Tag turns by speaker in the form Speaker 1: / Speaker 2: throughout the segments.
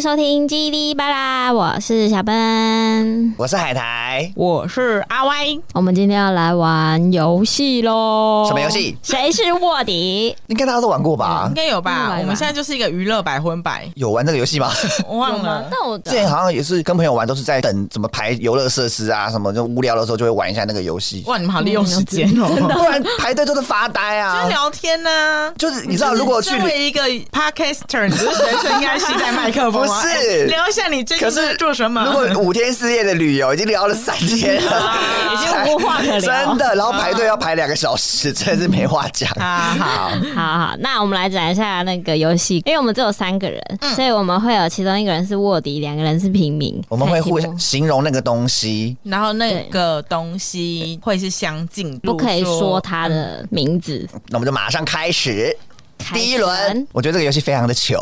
Speaker 1: 收听叽哩吧啦，我是小奔。
Speaker 2: 我是海苔，
Speaker 3: 我是阿歪，
Speaker 1: 我们今天要来玩游戏喽。
Speaker 2: 什么游戏？
Speaker 1: 谁是卧底？
Speaker 2: 应该大家都玩过吧
Speaker 3: 应？该有
Speaker 1: 嗯
Speaker 3: 吧？
Speaker 1: 来
Speaker 3: 我
Speaker 1: 吧
Speaker 3: 们现在就是一个娱乐百分百，
Speaker 2: 有玩这个游戏吗？
Speaker 3: 我忘
Speaker 1: 有吗
Speaker 3: 了。
Speaker 1: 但我
Speaker 2: 之前好像也是跟朋友玩，都是在等怎么排游乐设施啊，什么就无聊的时候就会玩一下那个游戏，
Speaker 3: 哇，你们好利用时间哦，
Speaker 2: 不然排队都是发呆
Speaker 3: 就
Speaker 2: 啊。
Speaker 3: 聊天呢。
Speaker 2: 就是你知道，如果去
Speaker 3: 身为一个 podcaster，你就是随身应该携带麦克风吗？
Speaker 2: 不是
Speaker 3: 哎聊一下你最近
Speaker 2: 可
Speaker 3: 在
Speaker 2: 是
Speaker 3: 做什么？啊
Speaker 2: 如果五天四夜的旅游已经聊了三天了，
Speaker 1: 已经无话可聊
Speaker 2: 真。的，然后排队要排两个小时，真的是没话讲。
Speaker 3: 啊，好，
Speaker 1: 好好，那我们来讲一下那个游戏，因为我们只有三个人，
Speaker 2: 嗯
Speaker 1: 所以我们会有其中一个人是卧底，两个人是平民。
Speaker 2: 我们会互
Speaker 1: 看题目
Speaker 2: 相形容那个东西，
Speaker 3: 然后那个东西会是相近，
Speaker 1: 不可以
Speaker 3: 比如
Speaker 1: 说他的名字。
Speaker 2: 那我们就马上开始。
Speaker 1: 开
Speaker 2: 嗯第一
Speaker 1: 始
Speaker 2: 轮，我觉得这个游戏非常的糗，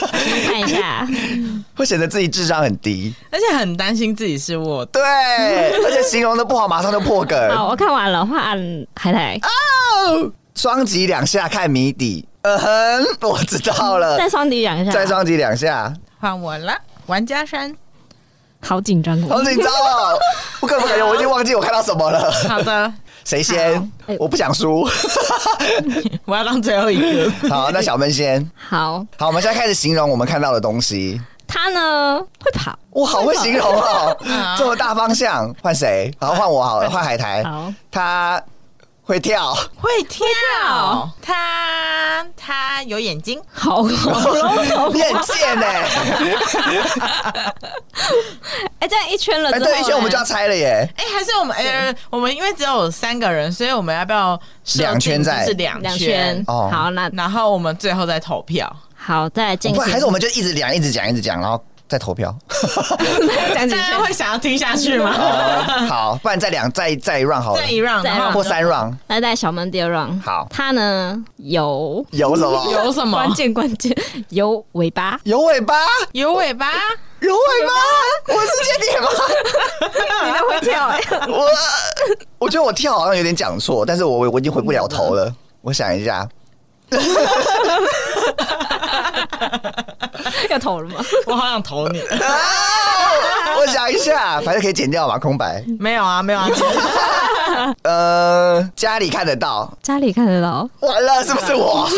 Speaker 1: 看一下，
Speaker 2: 会显得自己智商很低。
Speaker 3: 而且很担心自己是我的。
Speaker 2: 对，而且形容的不好，马上就破梗。哦
Speaker 1: 好，我看完了，换海苔，
Speaker 2: 双击两下看谜底。嗯哼，我知道了
Speaker 1: 再，双底讲一下，
Speaker 2: 呃再双击两下，
Speaker 3: 换我了，玩家山。
Speaker 1: 好紧张
Speaker 2: 好
Speaker 1: 哦。
Speaker 2: 紧张 哦！我根本感觉我已经忘记我看到什么了。
Speaker 3: 好的，
Speaker 2: 谁先
Speaker 1: 好哎？
Speaker 2: 我不想输。
Speaker 3: 我要当最后一个。
Speaker 2: 好，那小闷先。
Speaker 1: 好，
Speaker 2: 好，我们现在开始形容我们看到的东西。
Speaker 1: 他呢会跑，
Speaker 2: 我好会形容哦，
Speaker 3: 嗯
Speaker 2: 这么大方向，换谁？好，换我好了，换海苔。
Speaker 1: 好，
Speaker 2: 他会跳，
Speaker 3: 会跳，他他有眼睛，
Speaker 1: 好，
Speaker 2: 你很贱哎！
Speaker 1: 哎，这样一圈了之
Speaker 2: 哎，
Speaker 1: 后，
Speaker 2: 对，以前我们就要
Speaker 1: 哎
Speaker 2: 猜了耶。
Speaker 3: 哎、还是我们呃，我们因为只有三个人，所以我们要不要设定
Speaker 2: 两圈在
Speaker 3: 就是两
Speaker 1: 两圈，
Speaker 2: 哦
Speaker 1: 好，那
Speaker 3: 然后我们最后再投票，
Speaker 1: 好，再来进
Speaker 2: 不，
Speaker 1: 行，
Speaker 2: 还是我们就一直讲，一直讲，一直讲，然后再投票。
Speaker 1: 讲几
Speaker 3: 大家
Speaker 1: 圈，
Speaker 3: 会想要听下去吗？
Speaker 2: 哦， 好，不然再两再再 round 好了
Speaker 3: 再，一让，
Speaker 1: 再一 round
Speaker 3: 然后
Speaker 2: 或三 round。
Speaker 1: 来带小门第二 round，
Speaker 2: 好
Speaker 1: 他呢有
Speaker 2: 有什么？
Speaker 3: 有什么
Speaker 1: 关键关键 有尾巴，
Speaker 2: 有尾巴，
Speaker 3: 有尾巴，
Speaker 2: 有尾巴，我是间谍吗？
Speaker 1: 你都会跳哎，
Speaker 2: 我我觉得我跳好像有点讲错，但是我我已经回不了头了。我想一下，
Speaker 1: 要投了吗？
Speaker 3: 我好想投你，
Speaker 2: 啊、 我想一下，反正可以剪掉嘛，空白。
Speaker 3: 没有啊，没有啊，其实
Speaker 2: 呃，家里看得到，
Speaker 1: 家里看得到，
Speaker 2: 完了是不是 我？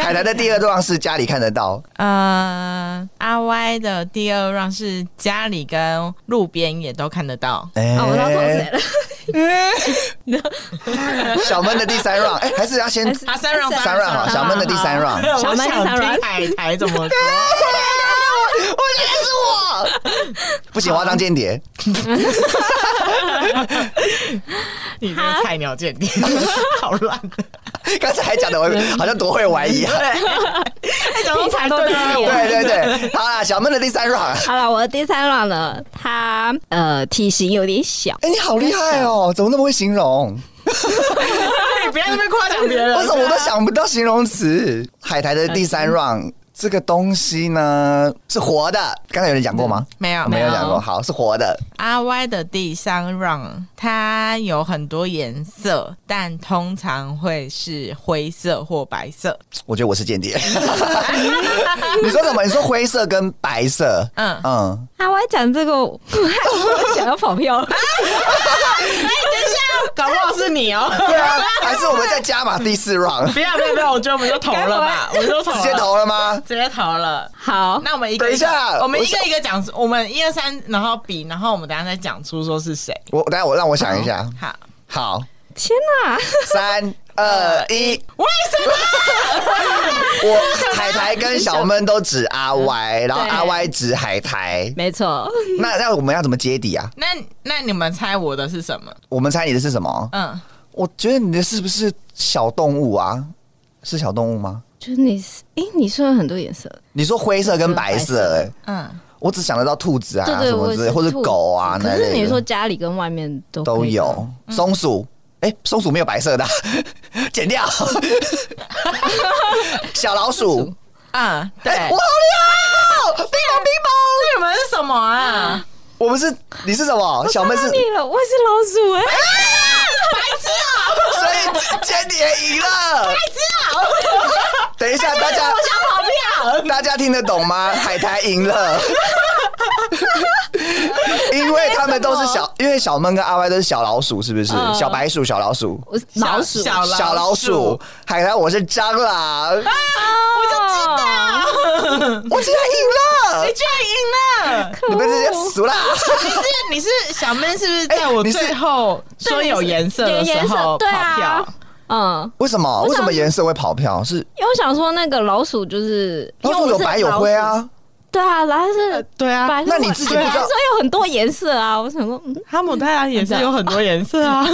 Speaker 2: 海南的第二段是家里看得到，
Speaker 3: 呃，阿 Y 的第二让是家里跟路边也都看得到，
Speaker 2: 哎、
Speaker 1: 哦，我知道投谁了，
Speaker 2: 哎小闷的第三 round，哎、还是要先
Speaker 1: 还是
Speaker 3: 啊，三让
Speaker 2: 三 round 好，小闷的第三 round。
Speaker 1: 小
Speaker 3: 我
Speaker 1: 麦
Speaker 3: 想
Speaker 1: 三 round
Speaker 3: 听海苔怎么说。
Speaker 2: 哎我觉得是我，不行，我要当间谍。
Speaker 3: 你这个菜鸟鉴定， 好烂！
Speaker 2: 刚才还讲的我好像多会玩一样。
Speaker 3: 哎，讲到排
Speaker 1: 都
Speaker 3: 队
Speaker 1: 在
Speaker 3: 了，
Speaker 2: 对对对，好啦，小闷的第三 round。
Speaker 1: 好了，我的第三 round 呢，他呃体型有点小，
Speaker 2: 哎、你好厉害哦！怎么那么会形容？
Speaker 3: 你不要在那边夸奖别人。
Speaker 2: 为什么我都想不到形容词？海苔的第三 round 这个东西呢是活的，刚才有人讲过吗？
Speaker 3: 嗯没有
Speaker 2: 我没有讲
Speaker 1: 没
Speaker 2: 过，
Speaker 1: 有
Speaker 2: 好，是活的。
Speaker 3: 阿 Y 的第三 round，它有很多颜色，但通常会是灰色或白色。
Speaker 2: 我觉得我是间谍。你说什么？你说灰色跟白色？
Speaker 3: 嗯，
Speaker 2: 嗯，
Speaker 1: 啊，我还讲这个， 我我想要跑票了。
Speaker 3: 搞不好是你 哦。
Speaker 2: 对啊，还是我们再加码第四 round？
Speaker 3: 不要不要不要，我觉得我们就投了吧，我们就投
Speaker 2: 直接
Speaker 3: 了。
Speaker 2: 投了吗？
Speaker 3: 直接投了，
Speaker 1: 好，
Speaker 3: 那我们一个
Speaker 2: 等一下
Speaker 3: 我们
Speaker 2: 我
Speaker 3: 一个一个讲，我们一二三，然后比，然后我们等一下再讲出说是谁。
Speaker 2: 我等一下我让我想一下。
Speaker 3: 好，
Speaker 2: 好，
Speaker 1: 天哪、
Speaker 2: 三二一，
Speaker 3: 为什么？
Speaker 2: 我海苔跟小闷都指阿 Y，然后
Speaker 1: 对
Speaker 2: 阿 Y 指海苔。
Speaker 1: 没错，
Speaker 2: 那那我们要怎么接底啊？
Speaker 3: 那那你们猜我的是什么？
Speaker 2: 我们猜你的是什么？
Speaker 3: 嗯，
Speaker 2: 我觉得你的是不是小动物啊？是小动物吗？
Speaker 1: 就是你是，哎、你说有很多颜色，
Speaker 2: 你说灰色跟白色、
Speaker 1: 白
Speaker 2: 欸，
Speaker 1: 色
Speaker 3: 嗯，
Speaker 2: 我只想得到兔子啊，
Speaker 1: 对对，
Speaker 2: 什
Speaker 1: 我
Speaker 2: 么
Speaker 1: 也
Speaker 2: 之类，或者
Speaker 1: 兔
Speaker 2: 狗啊，
Speaker 1: 可
Speaker 2: 那
Speaker 1: 是
Speaker 2: 类
Speaker 1: 你
Speaker 2: 的
Speaker 1: 说嗯家里跟外面都可以
Speaker 2: 都
Speaker 1: 吧
Speaker 2: 有，松鼠，哎、松鼠没有白色的啊， 剪 掉。小老鼠，
Speaker 3: 啊，对，
Speaker 2: 哎我好厉害哦！冰雹，冰
Speaker 3: 那你们是什么啊？
Speaker 2: 雹，我们是你是什么？小妹是，所
Speaker 1: 我看到你了，我是老鼠哎、
Speaker 2: 以 间谍赢了。等一下，大家
Speaker 3: 跑票。
Speaker 2: 大家听得懂吗？海苔赢了，因为他们都是小，因为小闷跟阿歪都是小老鼠，是不是？
Speaker 1: 嗯
Speaker 2: 小白鼠、小老鼠、
Speaker 1: 我老鼠，
Speaker 3: 小老
Speaker 2: 小老鼠，海苔我是蟑螂，
Speaker 3: 哦
Speaker 1: 我就啊知道，
Speaker 2: 我竟然赢了
Speaker 3: 哎你，居然赢了！
Speaker 2: 你们这些俗啦！
Speaker 3: 你是你是小闷是不是在我
Speaker 2: 哎你是
Speaker 3: 最后说有颜色的时候跑
Speaker 1: 对啊
Speaker 3: 票？
Speaker 1: 嗯，
Speaker 2: 为什么？
Speaker 1: 我想
Speaker 2: 为什么颜色会跑票？是
Speaker 1: 因为我想说那个老鼠就是
Speaker 2: 老鼠有白有灰，啊？呃
Speaker 1: 因为我是老鼠对啊，然后是
Speaker 3: 对啊，
Speaker 1: 白，
Speaker 2: 那你自己不知道
Speaker 1: 说有很多颜色啊，我想说，嗯
Speaker 3: 哈姆太郎也是有很多颜色 啊。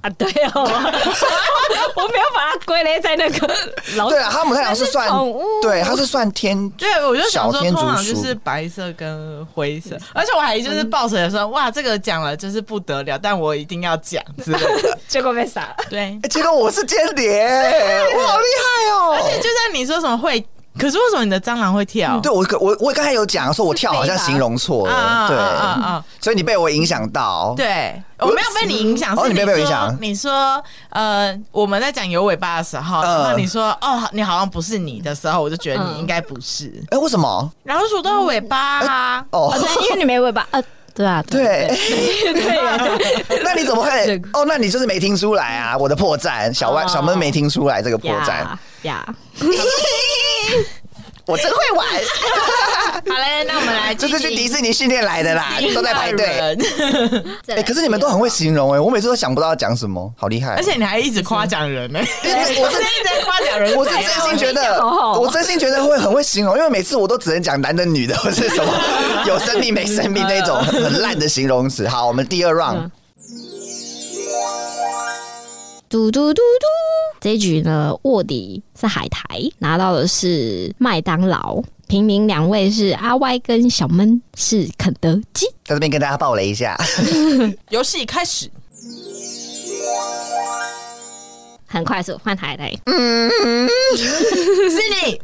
Speaker 1: 啊，对哦， 我没有把它归类在那个老鼠
Speaker 2: 对，啊，哈姆太郎是算
Speaker 1: 那是宠物
Speaker 2: 对，它是算天
Speaker 3: 对，我就想说，
Speaker 2: 小天
Speaker 3: 通
Speaker 2: 竺鼠
Speaker 3: 常就是白色跟灰色，而且我还就是抱着说，哇，这个讲了就是不得了，但我一定要讲之类的。
Speaker 1: 结果被杀了。
Speaker 3: 对，
Speaker 2: 欸结果我是间谍，我好厉害哦！
Speaker 3: 而且就算你说什么会，可是为什么你的蟑螂会跳？
Speaker 2: 对我可我我刚才有讲说我跳好像形容错
Speaker 3: 啊啊啊啊
Speaker 2: 了，
Speaker 3: 啊！
Speaker 2: 对，所以你被我影响到，
Speaker 3: 对，我没有被你影响，
Speaker 2: 哦
Speaker 3: 是
Speaker 2: 你没有被我影响
Speaker 3: 说你说，呃，我们在讲有尾巴的时候，
Speaker 2: 嗯
Speaker 3: 然后你说，哦，你好像不是你的时候，我就觉得你
Speaker 1: 嗯
Speaker 3: 应该不是。
Speaker 2: 哎，为什么？
Speaker 3: 老鼠都有尾巴啊，
Speaker 2: 哦
Speaker 1: 哦，，对，因为你没尾巴，呃，对啊，
Speaker 2: 对，
Speaker 1: 对对对，
Speaker 2: 那你怎么
Speaker 1: 这
Speaker 2: 会
Speaker 1: 个？
Speaker 2: 哦，那你就是没听出来啊，我的破绽，小万
Speaker 1: 哦
Speaker 2: 小闷没听出来这个破绽，
Speaker 1: 呀呀，
Speaker 2: 我真会玩，
Speaker 3: 好嘞，那我们来
Speaker 2: 这
Speaker 3: 进
Speaker 2: 是
Speaker 3: 行
Speaker 2: 去迪士尼训练来的啦，都在排队。
Speaker 3: 人。
Speaker 2: 哎，可是你们都很会形容哎，我每次都想不到要讲什么，好厉害！哦
Speaker 3: 而且 你还一直夸奖人呢、
Speaker 2: 对 我是
Speaker 3: 你一直在夸奖人， 啊
Speaker 2: 我是真心觉得，我真心觉得会很会形容，因为每次我都只能讲男的、女的，或是什 么有生命没生命那种很烂的形容词。好，我们第二 round，
Speaker 1: 嗯嘟嘟嘟嘟，这一局呢，卧底是海苔，拿到的是麦当劳。平民两位是阿歪跟小闷，是肯德基。
Speaker 2: 在这边跟大家爆雷一下，
Speaker 3: 游戏开始，
Speaker 1: 很快速换海苔，
Speaker 3: 是 你，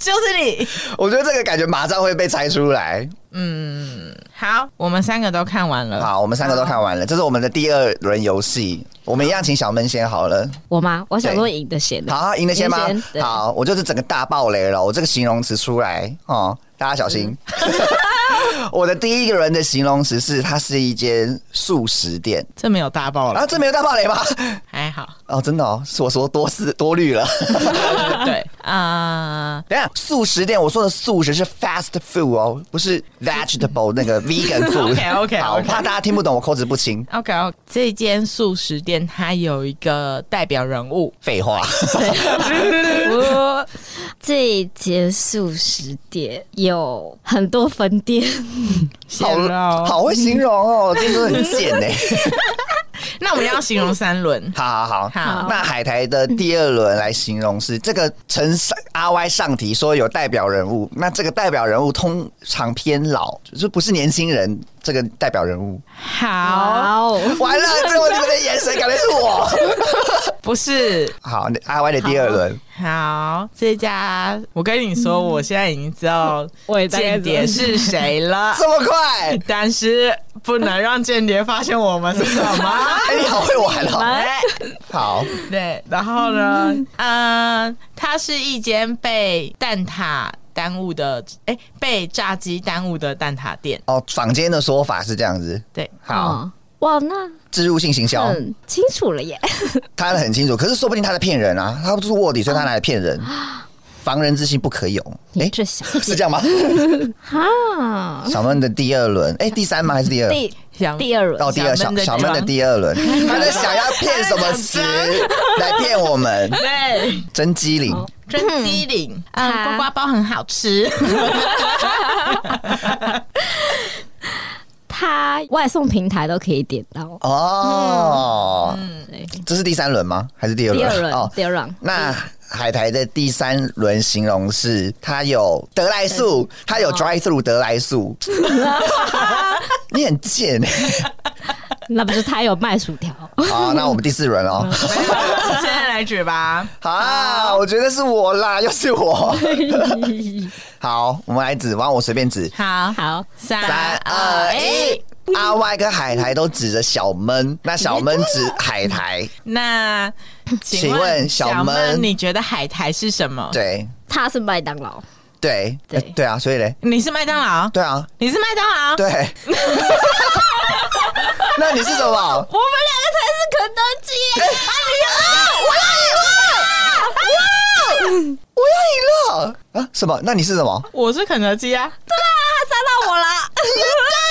Speaker 3: 就是你。
Speaker 2: 我觉得这个感觉马上会被猜出来。
Speaker 3: 嗯，好，我们三个都看完
Speaker 1: 嗯
Speaker 3: 了。
Speaker 2: 好，我们三个都看完了，这是我们的第二轮游戏。我们一样请小闷先好了，
Speaker 1: 我吗？我想说赢的先的。
Speaker 2: 好，赢了先吗
Speaker 1: 赢了先？对
Speaker 2: 好，我就是整个大爆雷了，我这个形容词出来哦，大家小心。
Speaker 1: 嗯
Speaker 2: 我的第一个人的形容词是，它是一间素食店
Speaker 3: 这没有大爆了，
Speaker 2: 啊，这没有大爆雷吗？
Speaker 3: 还好。
Speaker 2: 哦，真的哦，是我说多思多虑了。
Speaker 3: 对啊、
Speaker 2: 等一下，素食店，我说的素食是 fast food 哦，不是 vegetable 那个 vegan food。
Speaker 3: OK，OK，OK
Speaker 2: 好，我怕大家听不懂，我口齿不清。
Speaker 3: o k OK，这间素食店它有一个代表人物，
Speaker 2: 废话，
Speaker 1: 我这结束十点有很多分店，
Speaker 3: 好了，
Speaker 2: 好好会形容哦，真的很贱哎。。
Speaker 3: 那我们要形容三轮
Speaker 2: 好好好。
Speaker 3: 好，
Speaker 2: 那海苔的第二轮来形容是这个陈上阿 Y 上题说有代表人物，那这个代表人物通常偏老，就是不是年轻人这个代表人物。
Speaker 3: 好，
Speaker 1: 哇哦，
Speaker 2: 完 了，这我你们的眼神感觉是我。
Speaker 3: 不是
Speaker 2: 好，阿 Y 的第二轮，
Speaker 3: 好，这家我跟你说，我现在已经知道
Speaker 1: 我也大概
Speaker 3: 间谍
Speaker 1: 知道
Speaker 3: 是谁了，
Speaker 2: 这么快。
Speaker 3: 但是不能让间谍发现我们是什么。
Speaker 2: 哎、你好会玩哦！
Speaker 3: 哎
Speaker 2: 好，
Speaker 3: 对，然后呢，嗯，它是一间被蛋挞耽误的，哎、被炸鸡耽误的蛋挞店。
Speaker 2: 哦，坊间的说法是这样子。
Speaker 3: 对，
Speaker 2: 好，
Speaker 1: 嗯哇，那
Speaker 2: 植入性行销，
Speaker 1: 很清楚了耶。
Speaker 2: 哎他很清楚，可是说不定他在骗人啊，他不是卧底，所以他拿来骗人。防人之心不可有，哎、
Speaker 1: 嗯你这小
Speaker 2: 是这样 吗？
Speaker 1: 哈，
Speaker 2: 小闷的第二轮，哎、第三吗？还是第二？
Speaker 1: 第
Speaker 3: 想
Speaker 1: 第二轮
Speaker 2: 到第二
Speaker 3: 小
Speaker 2: 小
Speaker 3: 闷的
Speaker 2: 小闷的第二轮，他在想要骗什么 词来骗我们？
Speaker 3: 对，
Speaker 2: 真机灵，
Speaker 1: 好
Speaker 3: 真机灵，嗯，
Speaker 1: 它
Speaker 3: 呱呱包很好吃。
Speaker 1: 他外送平台都可以点到。
Speaker 2: 哦，
Speaker 1: 对，
Speaker 2: 这是第三轮吗？还是第二
Speaker 1: 嗯哎第
Speaker 2: 轮？
Speaker 1: 二轮
Speaker 2: 哦，，
Speaker 1: 第二轮，
Speaker 2: 那海苔的第三轮形容是，它有得来哦速，它有 drive through 得来 速。你很贱
Speaker 1: 那不是他有卖薯条？
Speaker 2: 好，那我们第四轮 哦。
Speaker 3: 现在来举吧，
Speaker 2: 好啊，我觉得是我啦，又是 我。好，我们来指，然后我随便指，
Speaker 3: 好，
Speaker 1: 好，
Speaker 3: 三
Speaker 2: 三二一。。阿歪跟海苔都指着小闷，那小闷指海苔，
Speaker 3: 那
Speaker 2: 请问小
Speaker 3: 小
Speaker 2: 闷
Speaker 3: 你觉得海苔是什么？
Speaker 2: 对，
Speaker 1: 他是麦当劳，
Speaker 2: 对，呃
Speaker 1: 对
Speaker 2: 对啊，所以嘞，
Speaker 3: 你是麦当劳，
Speaker 2: 对啊，
Speaker 3: 你是麦当劳，
Speaker 2: 对。 那你是什么？
Speaker 1: 我们两个才是肯德基耶。
Speaker 2: 我要赢了啊！什么？那你是什么？
Speaker 3: 我是肯德基啊，
Speaker 1: 他杀到我 了，
Speaker 3: 啊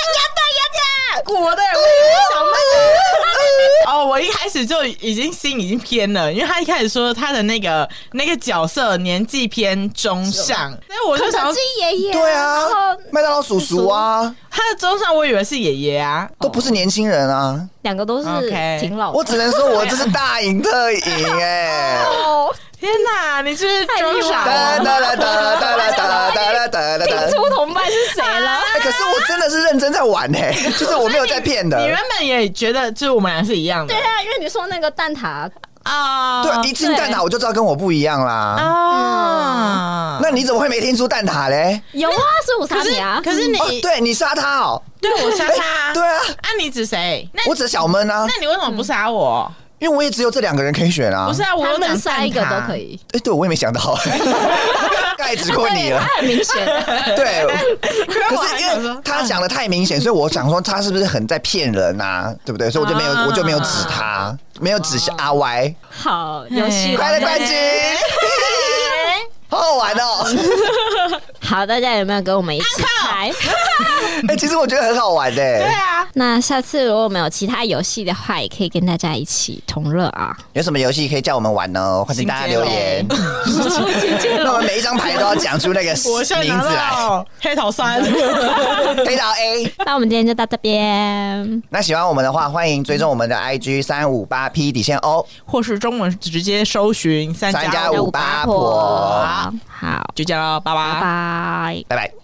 Speaker 3: 我的我想麦当劳。哦，我一开始就已经心已经偏了，因为他一开始说他的那个那个角色年纪偏中上，
Speaker 2: 哦
Speaker 3: 那我就
Speaker 1: 肯
Speaker 3: 想
Speaker 1: 德
Speaker 3: 说
Speaker 1: 基爷爷。
Speaker 2: 对
Speaker 1: 然
Speaker 2: 啊
Speaker 1: 后，
Speaker 2: 麦当劳叔叔啊，
Speaker 3: 他的中上，我以为是爷爷啊，
Speaker 2: 都不是年轻人啊。
Speaker 1: 两个都是
Speaker 3: OK
Speaker 1: 挺老的。
Speaker 2: 我只能说，我这是大赢特赢哎！
Speaker 1: 哦，
Speaker 3: 天哪，你就是
Speaker 1: 太意
Speaker 3: 中
Speaker 1: 外
Speaker 3: 上
Speaker 2: 哒
Speaker 1: 了
Speaker 3: 哦。
Speaker 2: 哒哒哒哒哒哒哒哒哒
Speaker 1: 听
Speaker 2: 哒。
Speaker 1: 出啊同伴是谁了？
Speaker 2: 哎，可是我真的是认真在玩哎，就是我没有在骗的
Speaker 3: 你。原本也觉得就是我们俩是一样的
Speaker 1: 对啊，因为你说那个蛋挞，
Speaker 3: 啊，
Speaker 2: 对，一进蛋挞我就知道跟我不一样啦。
Speaker 3: 啊，
Speaker 2: 那你怎么会没听出蛋挞嘞？
Speaker 1: 有啊，是我杀
Speaker 3: 可
Speaker 1: 你啊
Speaker 3: 是。可是你
Speaker 2: 哦，对你杀他哦，
Speaker 3: 对我杀他，
Speaker 2: 对啊，
Speaker 3: 啊，你指谁？那
Speaker 2: 我只是小闷啊，
Speaker 3: 那你为什么不杀我？
Speaker 2: 因为我也只有这两个人可以选啊。
Speaker 3: 不是啊，我
Speaker 1: 他
Speaker 3: 有
Speaker 1: 们
Speaker 3: 讲
Speaker 1: 杀一个
Speaker 3: 蛋挞
Speaker 1: 都可。以，
Speaker 2: 哎，对我也没想到， 盖子过你
Speaker 1: 对，
Speaker 2: 了。
Speaker 1: 他很明显，
Speaker 3: 啊
Speaker 2: 对， 可
Speaker 3: 我还
Speaker 2: 是因
Speaker 3: 想说
Speaker 2: 为他讲的太明显，所以我想说他是不是很在骗人呐？对不对？所以我就没有，
Speaker 3: 啊
Speaker 2: 我就没有指他，没有指向阿歪，
Speaker 1: 好有戏
Speaker 2: 快乐
Speaker 1: 了。
Speaker 2: 冠军， 好好玩哦！
Speaker 1: 好，大家有没有跟我们一起猜？
Speaker 2: 哎，其实我觉得很好玩
Speaker 3: 对
Speaker 2: 的。
Speaker 3: 啊，
Speaker 1: 那下次如果我们有其他游戏的话，也可以跟大家一起同乐 啊。
Speaker 2: 有什么游戏可以叫我们玩呢？欢迎大家留言。那我们每一张牌都要讲出那个
Speaker 3: 哦我现在
Speaker 2: 名
Speaker 3: 拿
Speaker 2: 字来。
Speaker 3: 到黑 桃三，
Speaker 2: 黑桃 A。
Speaker 1: 那我们今天就到这边，
Speaker 2: 那喜欢我们的话，欢迎追踪我们的 IG 三五八 P 底线 O。
Speaker 3: 或是中文直接搜寻三
Speaker 2: 三加
Speaker 3: 加
Speaker 2: 五
Speaker 3: 五，
Speaker 2: 八婆
Speaker 1: 好，
Speaker 3: 就这样了，拜
Speaker 1: 拜
Speaker 3: 拜。
Speaker 1: 拜。
Speaker 2: 拜拜。